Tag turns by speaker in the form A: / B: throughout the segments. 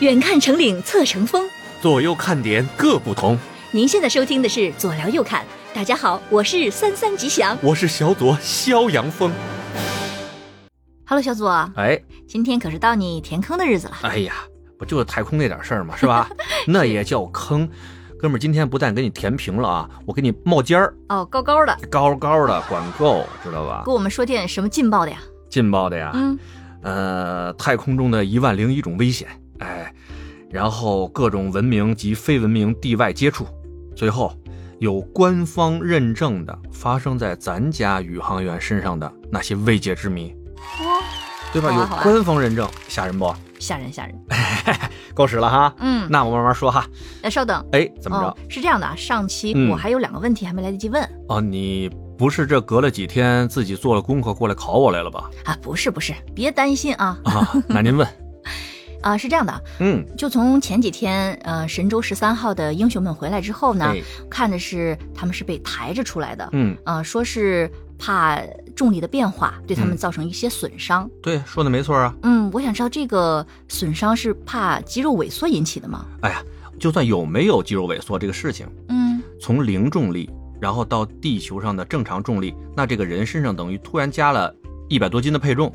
A: 远看成岭侧成峰。
B: 左右看点各不同。
A: 您现在收听的是左聊右侃。大家好，我是三三吉祥。
B: 我是小左肖阳峰。
A: Hello，小左，
B: 哎
A: 今天可是到你填坑的日子了。
B: 哎呀，不就太空那点事儿吗？是 吧？那也叫坑。哥们儿，今天不但给你填平了啊，我给你冒尖儿，
A: 哦，高高的，
B: 高高的管够，知道吧
A: 给？我们说点什么劲爆的呀？
B: 劲爆的呀。
A: 嗯，
B: 呃，太空中的一万零一种危险，哎，然后各种文明及非文明地外接触，最后有官方认证的发生在咱家宇航员身上的那些未解之谜，
A: 哇、
B: 对吧？
A: 哦好啊好
B: 有
A: 啊
B: 官方认证，吓人不？
A: 吓人吓人。
B: 够使了哈。
A: 嗯，
B: 那我慢慢说哈。
A: 那呃稍等，
B: 哎，怎么着
A: 哦？？是这样的啊，上期
B: 嗯
A: 我还有两个问题还没来得及问、
B: 哦，你不是这隔了几天自己做了功课过来考我来 了吧？
A: 啊，不是不是，别担心啊
B: 啊，那您问。
A: 啊，是这样的啊，
B: 嗯，
A: 就从前几天呃神舟十三号的英雄们回来之后呢，
B: 哎，
A: 看的是他们是被抬着出来的，
B: 嗯，
A: 呃，说是怕重力的变化对他们
B: 嗯
A: 造成一些损伤。
B: 对，说的没错啊。
A: 嗯，我想知道这个损伤是怕肌肉萎缩引起的吗？
B: 哎呀，就算有没有肌肉萎缩这个事情。
A: 嗯，
B: 从零重力，然后到地球上的正常重力，那这个人身上等于突然加了一百多斤的配重。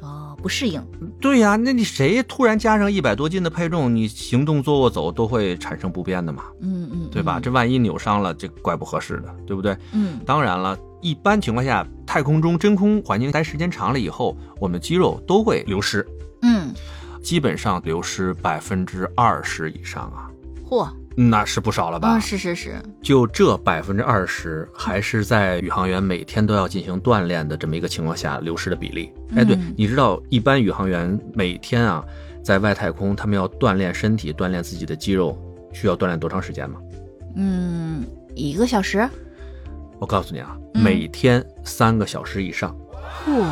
A: 哦，不适应。
B: 对呀、那你谁突然加上一百多斤的配重，你行动、坐卧、走都会产生不便的嘛，
A: 嗯嗯，
B: 对吧？
A: 嗯
B: 这万一扭伤了，这怪不合适的，对不对？
A: 嗯
B: 当然了，一般情况下，太空中真空环境待时间长了以后，我们肌肉都会流失，
A: 嗯，
B: 基本上流失百分之二十以上啊，
A: 嚯，
B: 那是不少了吧？
A: 嗯，是是是，
B: 就这百分之二十，还是在宇航员每天都要进行锻炼的这么一个情况下流失的比例。哎，对
A: 嗯，
B: 你知道一般宇航员每天啊，在外太空他们要锻炼身体、锻炼自己的肌肉，需要锻炼多长时间吗？
A: 嗯，一个小时，
B: 我告诉你啊，
A: 嗯
B: 每天三个小时以上。
A: 嚯，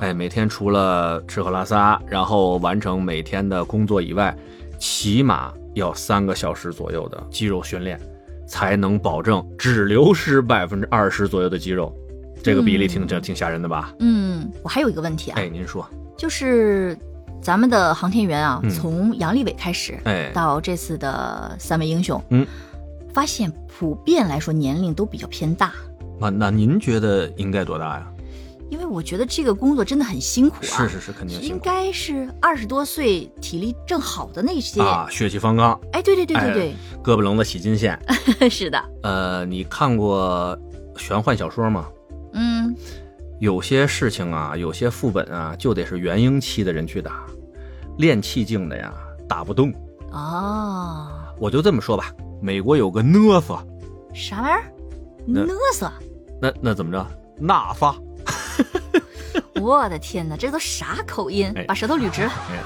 B: 哎，每天除了吃喝拉撒，然后完成每天的工作以外，起码要三个小时左右的肌肉训练，才能保证只流失百分之二十左右的肌肉。这个比例挺这、挺吓人的吧？
A: 嗯，我还有一个问题啊，
B: 哎，您说，
A: 就是咱们的航天员啊，
B: 嗯
A: 从杨利伟开始
B: 哎，
A: 到这次的三位英雄，
B: 嗯，
A: 发现普遍来说年龄都比较偏大，
B: 那那您觉得应该多大呀？
A: 因为我觉得这个工作真的很辛苦啊，
B: 是是是，肯定辛
A: 应
B: 苦
A: 该是二十多岁体力正好的那些，
B: 啊，血气方刚，
A: 哎，对对对对
B: 胳膊棱子洗金线。
A: 对， 是的，
B: 呃，你看过玄幻小说吗？
A: 嗯，
B: 有些事情啊，有些副本啊，就得是元婴期的人去打，练气境的呀打不动。
A: 哦，
B: 我就这么说吧，美国有个呢瑟，
A: 啥玩意儿？
B: 那
A: 嘚瑟！
B: 那那怎么着？纳发，
A: 我的天哪，这都啥口音
B: 哎？
A: 把舌头捋直了。
B: 哎，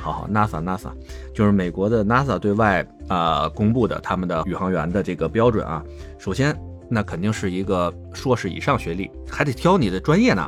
B: 好好，NASA NASA，就是美国的 NASA 对外呃公布的他们的宇航员的这个标准啊。首先，那肯定是一个硕士以上学历，还得挑你的专业呢。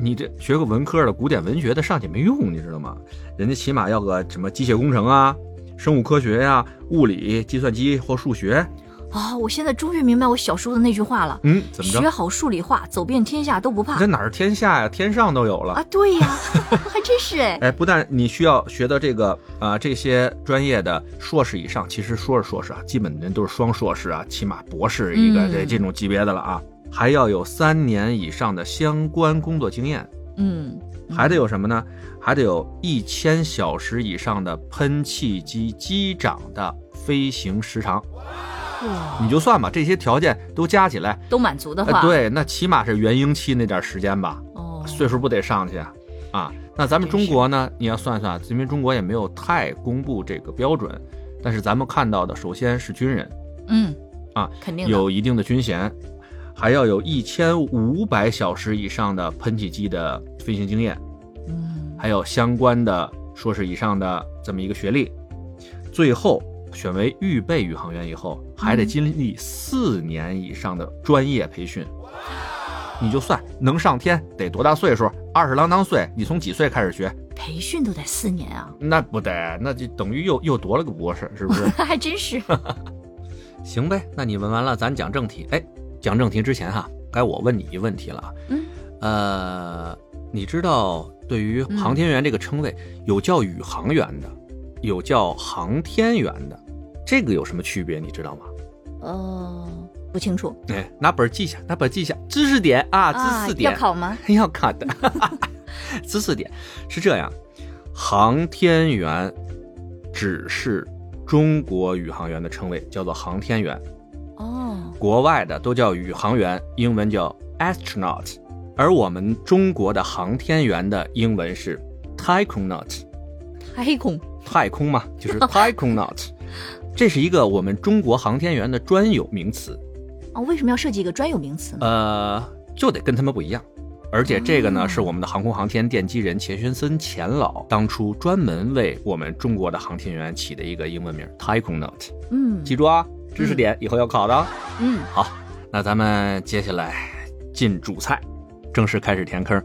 B: 你这学个文科的古典文学的上去没用，你知道吗？人家起码要个什么机械工程啊、生物科学呀、物理、计算机或数学。
A: 哦，我现在终于明白我小叔的那句话了。
B: 嗯，怎么
A: 学
B: 着？
A: 好数理化，走遍天下都不怕
B: 这哪儿天下呀？天上都有了
A: 啊！。对呀， 还真是哎。
B: 哎，不但你需要学到这个啊、这些专业的硕士以上，其实说是硕士啊，基本人都是双硕士啊，起码博士一个
A: 嗯
B: 这、这种级别的了啊，还要有三年以上的相关工作经验，
A: 嗯，
B: 还得有什么呢？还得有一千小时以上的喷气机机长的飞行时长。
A: 哇，
B: 你就算吧，这些条件都加起来，
A: 都满足的话，
B: 呃，，对，那起码是元婴期那点儿时间吧。
A: 哦，
B: 岁数不得上去啊？啊，那咱们中国呢？你要算啊算，因为中国也没有太公布这个标准，但是咱们看到的，首先是军人
A: 嗯
B: 啊，
A: 肯定的
B: 有一定的军衔，还要有一千五百小时以上的喷气机的飞行经验，
A: 嗯，
B: 还有相关的硕士以上的这么一个学历，最后。选为预备宇航员以后，还得经历四年以上的专业培训。你就算能上天，得多大岁数？二十郎当岁，你从几岁开始学？
A: 培训都得四年啊，
B: 那不得，那就等于又又夺了个博士，是不是？
A: 还真 是。
B: 行呗，那你问完了，咱讲正题。哎，讲正题之前哈、该我问你一问题了啊。
A: 嗯，
B: 呃，你知道对于
A: 嗯
B: 航天员这个称谓，有叫宇航员的，有叫航天员的，这个有什么区别？你知道吗？
C: 哦，不清楚
B: 哎，拿本儿记一下，拿本儿记一下，知识点啊，知识点、
A: 要考吗？
B: 要看的，知识点是这样：航天员只是中国宇航员的称谓，叫做航天员，
A: 哦，
B: 国外的都叫宇航员，英文叫 astronaut，而我们中国的航天员的英文是 taikonaut，
A: 太空
B: 太空嘛，就是 taikonaut，这是一个我们中国航天员的专有名词。
A: 哦，为什么要设计一个专有名词呢？
B: 呃，就得跟他们不一样。而且这个呢，
A: 哦
B: 是我们的航空航天奠基人钱学森钱老当初专门为我们中国的航天员起的一个英文名 t y c o n a u t
A: 嗯
B: 记住啊，知识点以后要考的啊。
A: 嗯，
B: 好，那咱们接下来进主菜，正式开始填坑。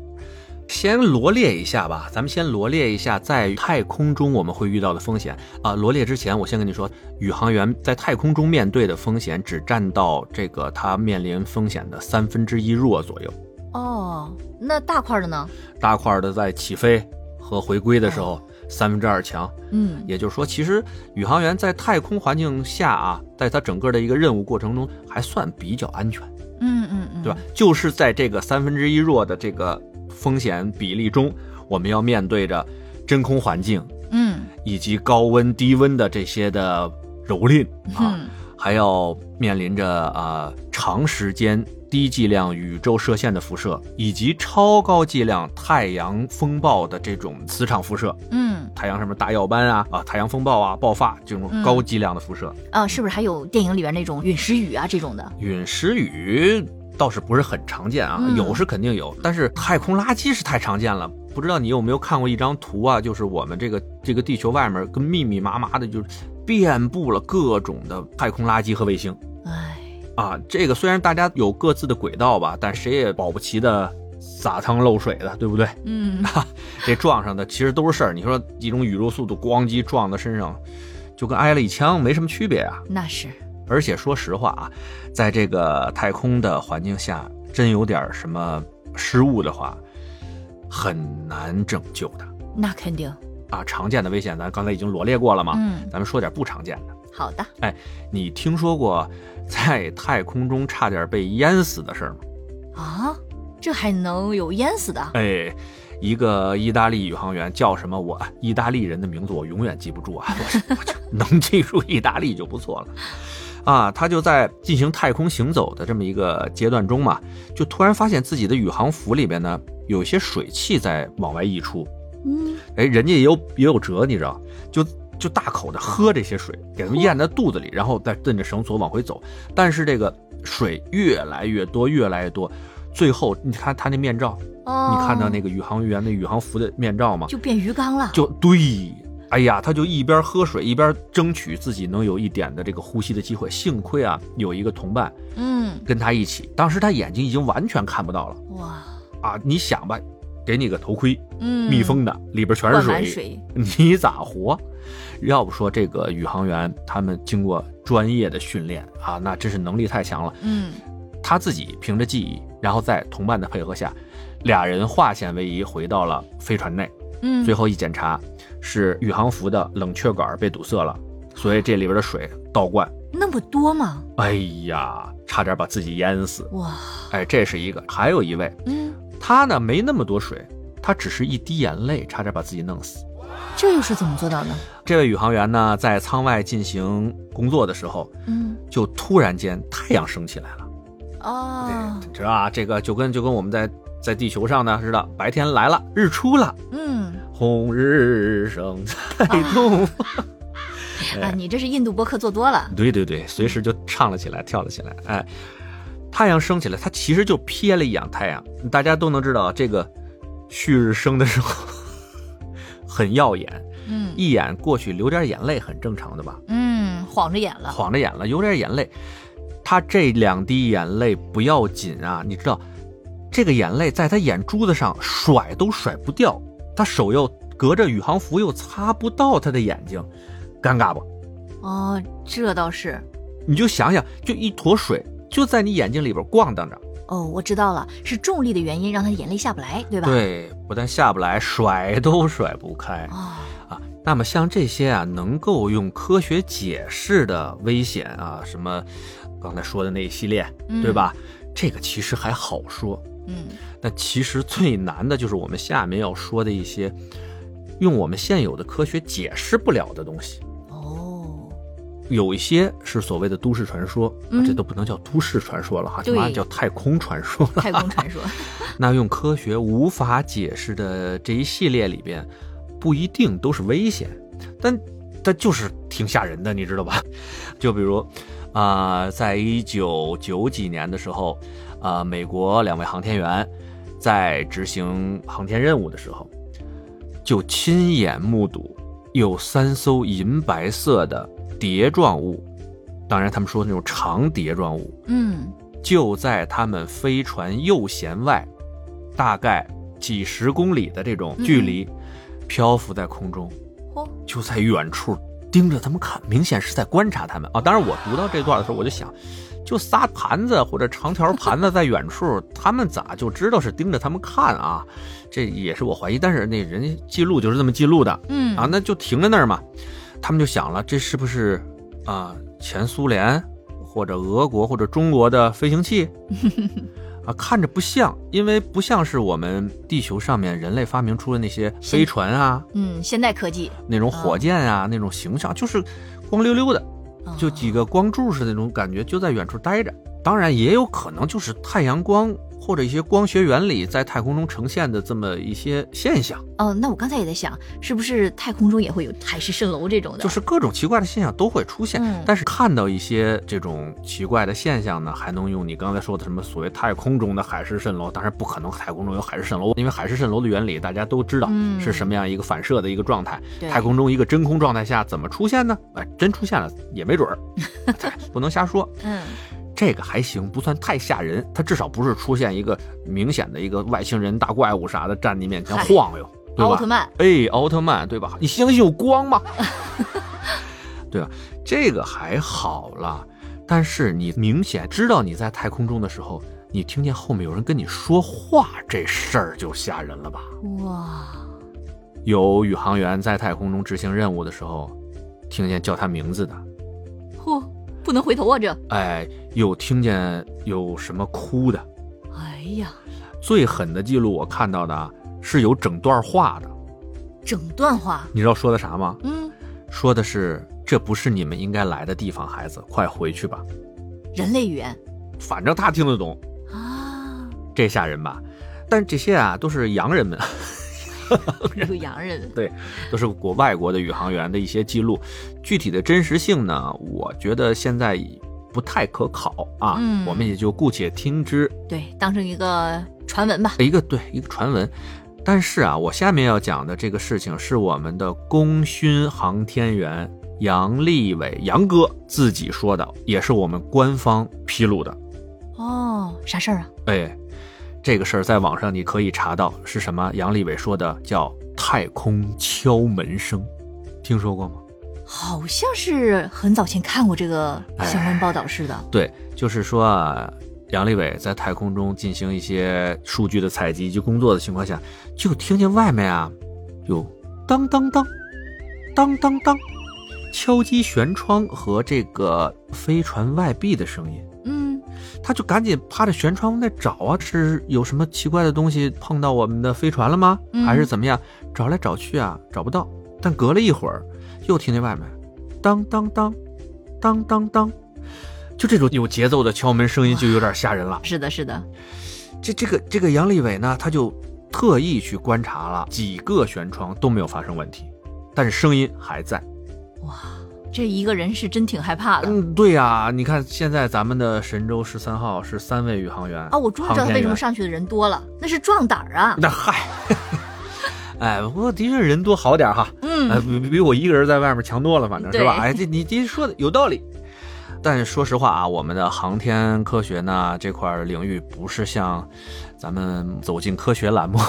B: 先罗列一下吧，咱们先罗列一下在太空中我们会遇到的风险啊。罗列之前，我先跟你说，宇航员在太空中面对的风险只占到这个他面临风险的三分之一弱左右。
A: 哦，那大块的呢？
B: 大块儿的在起飞和回归的时候三分之二强，
A: 嗯，
B: 也就是说，其实宇航员在太空环境下啊，在他整个的一个任务过程中还算比较安全，
A: 嗯嗯嗯，
B: 对吧？？就是在这个三分之一弱的这个风险比例中，我们要面对着真空环境
A: 嗯
B: 以及高温、低温的这些的蹂躏啊，
A: 嗯
B: 还要面临着啊、呃长时间低剂量宇宙射线的辐射，以及超高剂量太阳风暴的这种磁场辐射，
A: 嗯，
B: 太阳什么大耀斑啊啊太阳风暴啊爆发这种
A: 嗯
B: 高剂量的辐射。
A: 啊，是不是还有电影里边那种陨石雨啊这种的？
B: 陨石雨倒是不是很常见啊，
A: 嗯
B: 有是肯定有，但是太空垃圾是太常见了。不知道你有没有看过一张图啊？就是我们这个这个地球外面跟密密麻麻的，就是遍布了各种的太空垃圾和卫星。
A: 哎，
B: 啊，这个虽然大家有各自的轨道吧，但谁也保不齐的撒汤漏水的，对不对？
A: 嗯，
B: 这撞上的其实都是事儿。你说一种宇宙速度咣叽撞到身上，就跟挨了一枪没什么区别啊。
A: 那是，
B: 而且说实话啊，在这个太空的环境下，真有点什么失误的话，很难拯救的
A: 那肯定。
B: 啊。常见的危险咱刚才已经罗列过了嘛，
A: 嗯，
B: 咱们说点不常见的。
A: 好的。
B: 你听说过在太空中差点被淹死的事儿吗？
A: 啊，这还能有淹死的？
B: 哎，一个意大利宇航员叫什么我？意大利人的名字我永远记不住啊！ 我是我就能记住意大利就不错了。啊，他就在进行太空行走的这么一个阶段中嘛，就突然发现自己的宇航服里边呢有一些水汽在往外溢出。
A: 嗯，
B: 哎，人家也有也有辙，你知道，就就大口的喝这些水，给他们咽在肚子里，然后再顺着绳索往回走。但是这个水越来越多，越来越多，最后你看他那面罩
A: 哦，
B: 你看到那个宇航员的宇航服的面罩吗？
A: 就变鱼缸了。
B: 就对，哎呀，他就一边喝水一边争取自己能有一点的这个呼吸的机会。幸亏啊，有一个同伴
A: 嗯，
B: 跟他一起，当时他眼睛已经完全看不到了
A: 哇，
B: 啊！你想吧，给你个头盔，
A: 嗯，
B: 密封的，里边全是
A: 灌
B: 水，
A: 满水。
B: 你咋活？要不说这个宇航员他们经过专业的训练啊，那真是能力太强了。
A: 嗯，
B: 他自己凭着记忆，然后在同伴的配合下，俩人化险为夷回到了飞船内。
A: 嗯，
B: 最后一检查，是宇航服的冷却管被堵塞了，所以这里边的水倒灌。
A: 那么多吗？
B: 哎呀，差点把自己淹死。
A: 哇，
B: 哎，这是一个，还有一位，
A: 嗯，
B: 他呢没那么多水，他只是一滴眼泪，差点把自己弄死。
A: 这又是怎么做到的？
B: 这位宇航员呢，在舱外进行工作的时候，
A: 嗯，
B: 就突然间太阳升起来了。
A: 哦，
B: 你知道啊，这个就跟就跟我们在在地球上呢似的，白天来了，日出了，
A: 嗯，
B: 红日升在东方。
A: 啊，你这是印度播客做多了。
B: 对对对，随时就唱了起来，跳了起来。哎，太阳升起来，他其实就瞥了一眼太阳。大家都能知道，这个旭日升的时候很耀眼，
A: 嗯
B: 一眼过去流点眼泪很正常的吧？
A: 嗯，晃着眼了。
B: 晃着眼了，有点眼泪。他这两滴眼泪不要紧啊，你知道，这个眼泪在他眼珠子上甩都甩不掉，他手又隔着宇航服又擦不到他的眼睛，尴尬不？
A: 哦，这倒是。
B: 你就想想，就一坨水就在你眼睛里边逛荡着，
A: 哦，我知道了，是重力的原因让他眼泪下不来，对吧？。
B: 对，不但下不来，甩都甩不开
A: 哦，
B: 啊。那么像这些啊，能够用科学解释的危险啊，什么刚才说的那一系列，对吧？这个其实还好说。
A: 嗯，
B: 那其实最难的就是我们下面要说的一些用我们现有的科学解释不了的东西。
A: 哦，
B: 有一些是所谓的都市传说，啊
A: 嗯
B: 这都不能叫都市传说了哈，他
A: 对
B: 妈叫太空传说了。
A: 太空传说，
B: 那用科学无法解释的这一系列里边，不一定都是危险，但但就是挺吓人的，你知道吧？ 就比如，啊、在一九九几年的时候，啊、美国两位航天员在执行航天任务的时候，就亲眼目睹有三艘银白色的碟状物，当然他们说的那种长碟状物，
A: 嗯，
B: 就在他们飞船右舷外，大概几十公里的这种距离，漂浮在空中，
A: 嚯，
B: 就在远处盯着他们看，明显是在观察他们啊。当然，我读到这段的时候，我就想，就仨盘子或者长条盘子在远处，他们咋就知道是盯着他们看啊？这也是我怀疑，但是那人家记录就是这么记录的，
A: 嗯
B: 啊，那就停在那儿嘛。他们就想了，这是不是啊、前苏联或者俄国或者中国的飞行 器？啊，看着不像，因为不像是我们地球上面人类发明出的那些飞船啊、
A: 嗯，现代科技
B: 那种火箭啊、那种形象，就是光溜溜的，
A: 啊
B: 就几个光柱似的那种感觉，就在远处待着。当然，也有可能就是太阳光或者一些光学原理在太空中呈现的这么一些现象。
A: 哦，那我刚才也在想，是不是太空中也会有海市蜃楼这种的？
B: 就是各种奇怪的现象都会出现。
A: 嗯
B: 但是看到一些这种奇怪的现象呢，还能用你刚才说的什么所谓太空中的海市蜃楼，当然不可能太空中有海市蜃楼，因为海市蜃楼的原理大家都知道
A: 嗯
B: 是什么样一个反射的一个状态。
A: 对
B: 太空中一个真空状态下怎么出现呢？哎，真出现了也没 准儿，哎不能瞎说。
A: 嗯，
B: 这个还行，不算太吓人，它至少不是出现一个明显的一个外星人大怪物啥的站你面前
A: 嗨
B: 晃悠，对吧？
A: 奥特曼，
B: 哎，奥特曼对吧？你相信有光吗？ 对吧？这个还好了，但是你明显知道你在太空中的时候，你听见后面有人跟你说话，这事儿就吓人了吧？
A: 哇，
B: 有宇航员在太空中执行任务的时候，听见叫他名字的，
A: 嚯，不能回头啊这，
B: 哎，有听见有什么哭的，
A: 哎呀，
B: 最狠的记录我看到的啊，是有整段话的，
A: 整段话，
B: 你知道说的啥吗？
A: 嗯，
B: 说的是这不是你们应该来的地方，孩子，快回去吧。
A: 人类语言
B: 反正他听得懂，
A: 啊，
B: 这吓人吧？但这些啊都是洋人们，
A: 有洋人，
B: 都是国外国的宇航员的一些记录，具体的真实性呢，我觉得现在不太可考啊，
A: 嗯
B: 我们也就姑且听之
A: 对，当成一个传闻吧，
B: 一个对一个传闻。但是啊，我下面要讲的这个事情是我们的功勋航天员杨利伟杨哥自己说的，也是我们官方披露的。
A: 哦，啥事儿啊？
B: 哎，这个事儿在网上你可以查到是什么？杨利伟说的叫“太空敲门声”，听说过吗？
A: 好像是很早前看过这个相关报道似的。
B: 对，就是说啊，杨利伟在太空中进行一些数据的采集以及工作的情况下，就听见外面啊有当当当、当当当敲击舷窗和这个飞船外壁的声音。
A: 嗯，
B: 他就赶紧趴着舷窗在找啊，是有什么奇怪的东西碰到我们的飞船了吗？
A: 嗯
B: 还是怎么样？找来找去啊，找不到。但隔了一会儿，又听见外面当当当，当当当，就这种有节奏的敲门声音就有点吓人了。
A: 是的，是的。
B: 这这个这个杨利伟呢，他就特意去观察了几个舷窗都没有发生问题，但是声音还在。
A: 这一个人是真挺害怕的、
B: 嗯，对呀、你看现在咱们的神舟十三号是三位宇航员
A: 啊！我终于知道他
B: 航天
A: 为什
B: 员
A: 么上去的人多了，那是壮胆儿啊！
B: 那嗨，哎，不过的确人多好点儿哈，呃，
A: 嗯，
B: 比比我一个人在外面强多了，反正是吧？
A: 对
B: 哎，这你这说的有道理。但是说实话啊，我们的航天科学呢这块儿领域不是像咱们走进科学栏目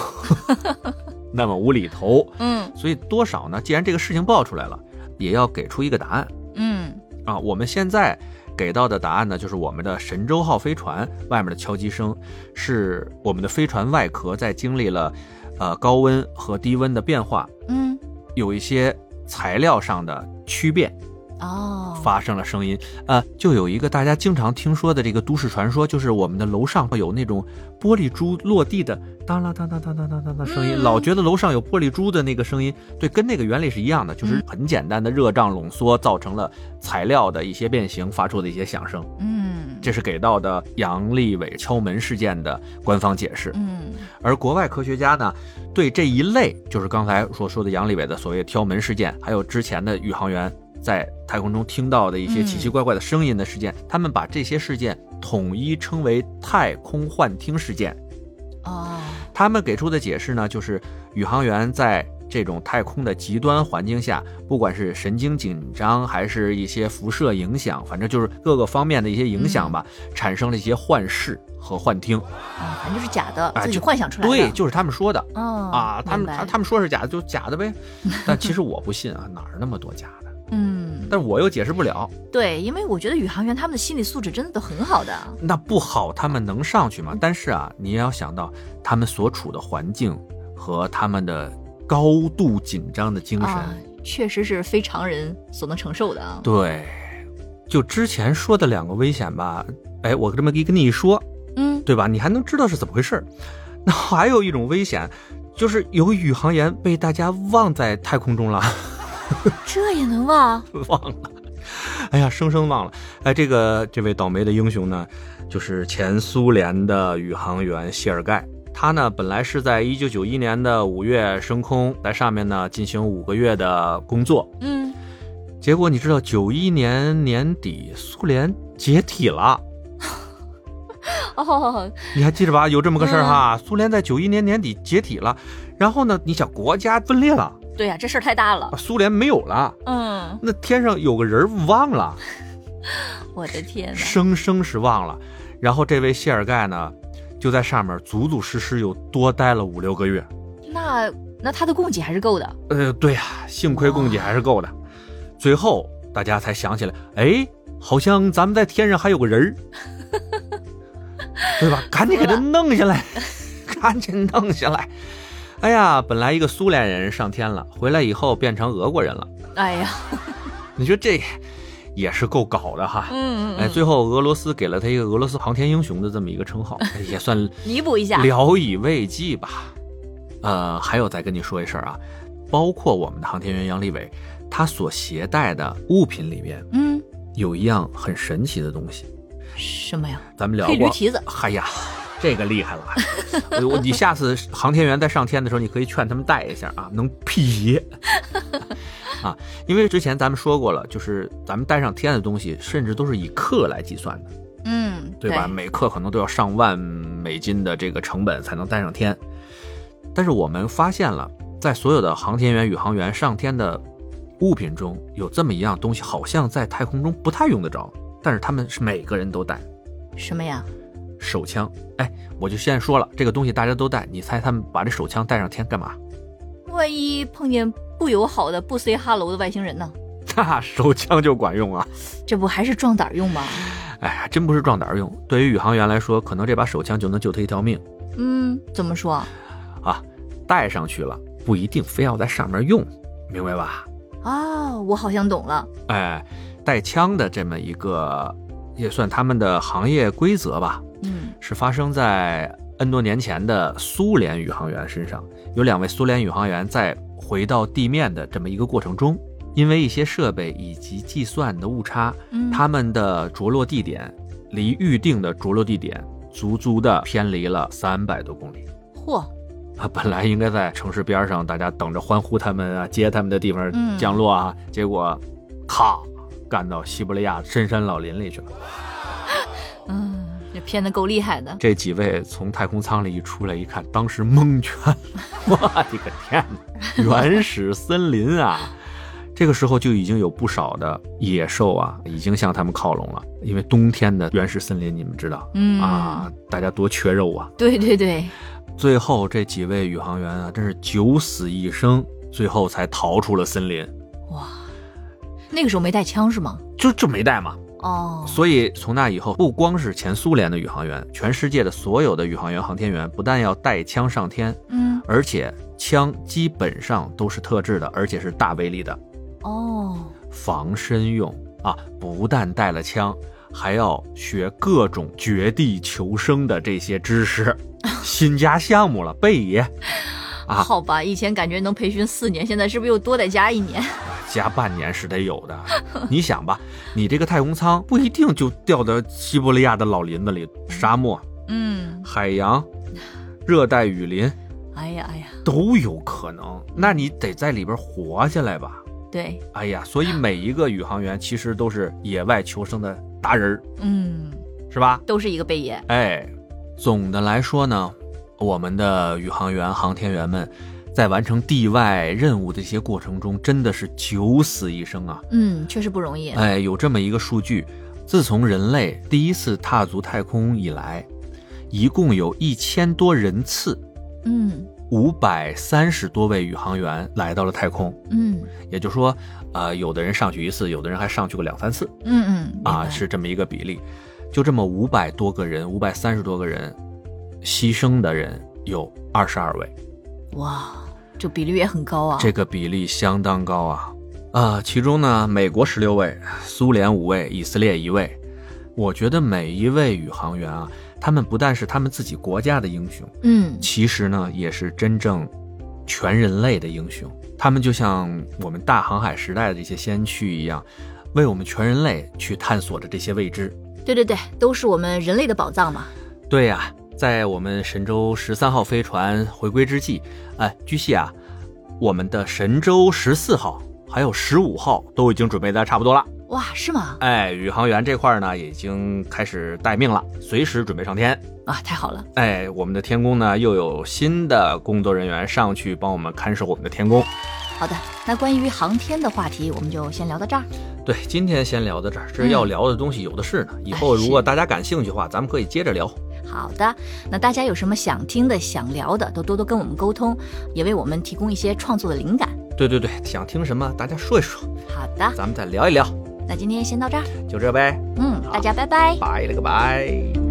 B: 那么无厘头，
A: 嗯
B: 所以多少呢，既然这个事情爆出来了，也要给出一个答案。
A: 嗯
B: 啊，我们现在给到的答案呢，就是我们的神舟号飞船外面的敲击声，是我们的飞船外壳在经历了呃高温和低温的变化，
A: 嗯，
B: 有一些材料上的曲变，
A: 哦，
B: 发生了声音，呃，就有一个大家经常听说的这个都市传说，就是我们的楼上会有那种玻璃珠落地的当啦当当当当当当当声音，
A: 嗯
B: 老觉得楼上有玻璃珠的那个声音，对，跟那个原理是一样的，就是
A: 嗯
B: 很简单的热胀冷缩造成了材料的一些变形发出的一些响声。
A: 嗯，
B: 这是给到的杨利伟敲门事件的官方解释。
A: 嗯
B: 而国外科学家呢，对这一类，就是刚才所说的杨利伟的所谓挑门事件，还有之前的宇航员在太空中听到的一些
A: 嗯
B: 奇奇怪怪的声音的事件，他们把这些事件统一称为太空幻听事件。
A: 哦，
B: 他们给出的解释呢，就是宇航员在这种太空的极端环境下，不管是神经紧张，还是一些辐射影响，反正就是各个方面的一些影响吧，产生了一些幻视和幻听。
A: 啊，反正就是假的，
B: 哎
A: 自己
B: 就
A: 幻想出来的。
B: 对，就是他们说的。
A: 哦
B: 啊，他们
A: 明白
B: 他他们说是假的，就假 的呗。但其实我不信啊，哪儿那么多假的？
A: 嗯，
B: 但我又解释不了，
A: 对，因为我觉得宇航员他们的心理素质真的都很好的。
B: 那不好，他们能上去吗？但是啊，你也要想到他们所处的环境和他们的高度紧张的精神。
A: 啊，确实是非常人所能承受的啊。
B: 对，就之前说的两个危险吧，哎，我这么一跟你一说，
A: 嗯，
B: 对吧？你还能知道是怎么回事儿。 那还有一种危险，就是有宇航员被大家忘在太空中了。
A: 这也能忘？啊
B: 忘了。 哎呀，生生忘了。哎，这个这位倒霉的英雄呢，就是前苏联的宇航员谢尔盖。他呢，本来是在一九九一年的五月升空，在上面呢进行五个月的工作。
A: 嗯，
B: 结果你知道，九一年年底苏联解体了，
A: 哦，
B: 你还记着吧？有这么个事儿哈，苏联在九一年年底解体了，然后呢，你想国家分裂了，
A: 对呀、这事儿太大了
B: 啊。苏联没有了，
A: 嗯，
B: 那天上有个人儿忘了。
A: 我的天哪！
B: 生生是忘了。然后这位谢尔盖呢，就在上面足足实实又多待了五六个月。
A: 那那他的供给还是够的。
B: 呃，对呀、幸亏供给还是够的。最后大家才想起来，哎，好像咱们在天上还有个人 儿，对吧？赶紧给他
A: 服
B: 弄下来， 赶紧弄下来。哎呀，本来一个苏联人上天了，回来以后变成俄国人了。
A: 哎呀，
B: 你说这也是够搞的哈。
A: 嗯嗯，
B: 哎，
A: 嗯
B: 最后俄罗斯给了他一个俄罗斯航天英雄的这么一个称 号，哎也算
A: 弥补一下。
B: 聊以慰藉吧。呃，还有再跟你说一声啊，包括我们的航天员杨利伟，他所携带的物品里面
A: 嗯，
B: 有一样很神奇的东西，
A: 什么呀？
B: 咱们聊
A: 黑驴
B: 过。
A: 蹄子。
B: 哎呀，这个厉害了！我我你下次航天员在上天的时候，你可以劝他们带一下啊，能辟邪啊。因为之前咱们说过了，就是咱们带上天的东西，甚至都是以克来计算的。
A: 嗯，
B: 对吧？每克可能都要上万美金的这个成本才能带上天。但是我们发现了，在所有的航天员、宇航员上天的物品中，有这么一样东西，好像在太空中不太用得着，但是他们是每个人都带
A: 什么呀？
B: 手枪。哎，我就先说了，这个东西大家都带，你猜他们把这手枪带上天干嘛？
A: 万一碰见不友好的、不 say hello 的外星人呢？
B: 哈，手枪就管用啊！
A: 这不还是壮胆儿用吗？
B: 哎呀，真不是壮胆儿用。对于宇航员来说，可能这把手枪就能救他一条命
A: 嗯，怎么说
B: 啊！带上去了不一定非要在上面用，明白吧？
A: 啊？我好像懂了。
B: 哎，带枪的这么一个，也算他们的行业规则吧，
A: 嗯，
B: 是发生在 N 多年前的苏联宇航员身上。有两位苏联宇航员在回到地面的这么一个过程中，因为一些设备以及计算的误差，
A: 嗯
B: 他们的着落地点离预定的着落地点足足的偏离了三百多公里。
A: 嚯，
B: 啊，本来应该在城市边上，大家等着欢呼他们啊、接他们的地方
A: 嗯
B: 降落啊，结果，咔，干到西伯利亚深山老林里去了。
A: 嗯，这骗的够厉害的。
B: 这几位从太空舱里一出来，一看，当时蒙圈， 我的个天哪！原始森林啊！这个时候就已经有不少的野兽啊，已经向他们靠拢了，因为冬天的原始森林，你们知道、
A: 嗯
B: 啊，，大家多缺肉啊。
A: 对对对，
B: 最后这几位宇航员啊，真是九死一生，最后才逃出了森林。
A: 哇，那个时候没带枪是吗？
B: 就就没带嘛，
A: 哦，
B: 所以从那以后，不光是前苏联的宇航员，全世界的所有的宇航员、航天员，不但要带枪上天，
A: 嗯，
B: 而且枪基本上都是特制的，而且是大威力的，
A: 哦，
B: 防身用啊。不但带了枪，还要学各种绝地求生的这些知识， 新加项目了，贝爷啊
A: 好吧，以前感觉能培训四年，现在是不是又多得加一年？
B: 加半年是得有的。 你想吧，你这个太空舱不一定就掉到西伯利亚的老林子里，沙漠、
A: 嗯，
B: 海洋、热带雨林
A: 哎呀哎呀，
B: 都有可能，那你得在里边活下来吧。
A: 对，
B: 哎呀，所以每一个宇航员其实都是野外求生的达人儿，
A: 嗯，
B: 是吧？
A: 都是一个贝爷。
B: 哎，总的来说呢，我们的宇航员、航天员们在完成地外任务的一些过程中，真的是九死一生啊！
A: 嗯，确实不容易。
B: 哎，有这么一个数据，自从人类第一次踏足太空以来，一共有一千多人次，
A: 嗯
B: 五百三十多位宇航员来到了太空。
A: 嗯
B: 也就是说，呃，有的人上去一次，有的人还上去过两三次
A: 嗯嗯，明
B: 啊，
A: 白
B: 是这么一个比例。就这么五百多个人，五百三十多个人，牺牲的人有二十二位，
A: 哇，这比率也很高啊。
B: 这个比例相当高啊。啊，其中呢，美国十六位，苏联五位，以色列一位。我觉得每一位宇航员啊，他们不但是他们自己国家的英雄，
A: 嗯
B: 其实呢，也是真正全人类的英雄。他们就像我们大航海时代的这些先驱一样，为我们全人类去探索着这些未知。
A: 对对对，都是我们人类的宝藏嘛。
B: 对呀、在我们神舟十三号飞船回归之际，哎，据悉啊，我们的神舟十四号还有十五号都已经准备的差不多了。
A: 哇，是吗？
B: 哎，宇航员这块儿呢，已经开始待命了，随时准备上天。
A: 啊，太好了。
B: 哎，我们的天宫呢，又有新的工作人员上去帮我们看守我们的天宫。
A: 好的，那关于航天的话题，我们就先聊到这儿。
B: 对，今天先聊到这儿，这要聊的东西有的是呢。以后如果大家感兴趣的话，咱们可以接着聊。
A: 好的，那大家有什么想听的、想聊的，都多多跟我们沟通，也为我们提供一些创作的灵感。
B: 对对对，想听什么大家说一说，
A: 好的，
B: 咱们再聊一聊，
A: 那今天先到这儿。
B: 就这呗，
A: 嗯，大家拜拜。
B: 拜了个拜。